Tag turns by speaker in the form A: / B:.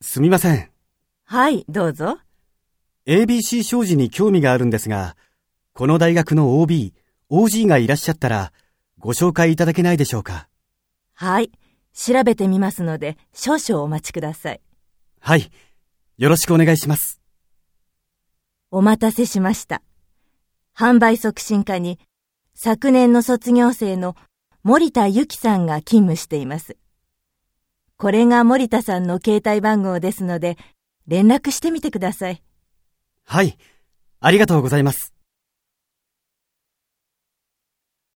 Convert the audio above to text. A: すみません。
B: はい、どうぞ。
A: ABC 商事に興味があるんですが、この大学の OB、OG がいらっしゃったら、ご紹介いただけないでしょうか。
B: はい、調べてみますので、少々お待ちください。
A: はい。よろしくお願いします。
B: お待たせしました。販売促進課に、昨年の卒業生の森田由紀さんが勤務しています。これが森田さんの携帯番号ですので、連絡してみてください。
A: はい。ありがとうございます。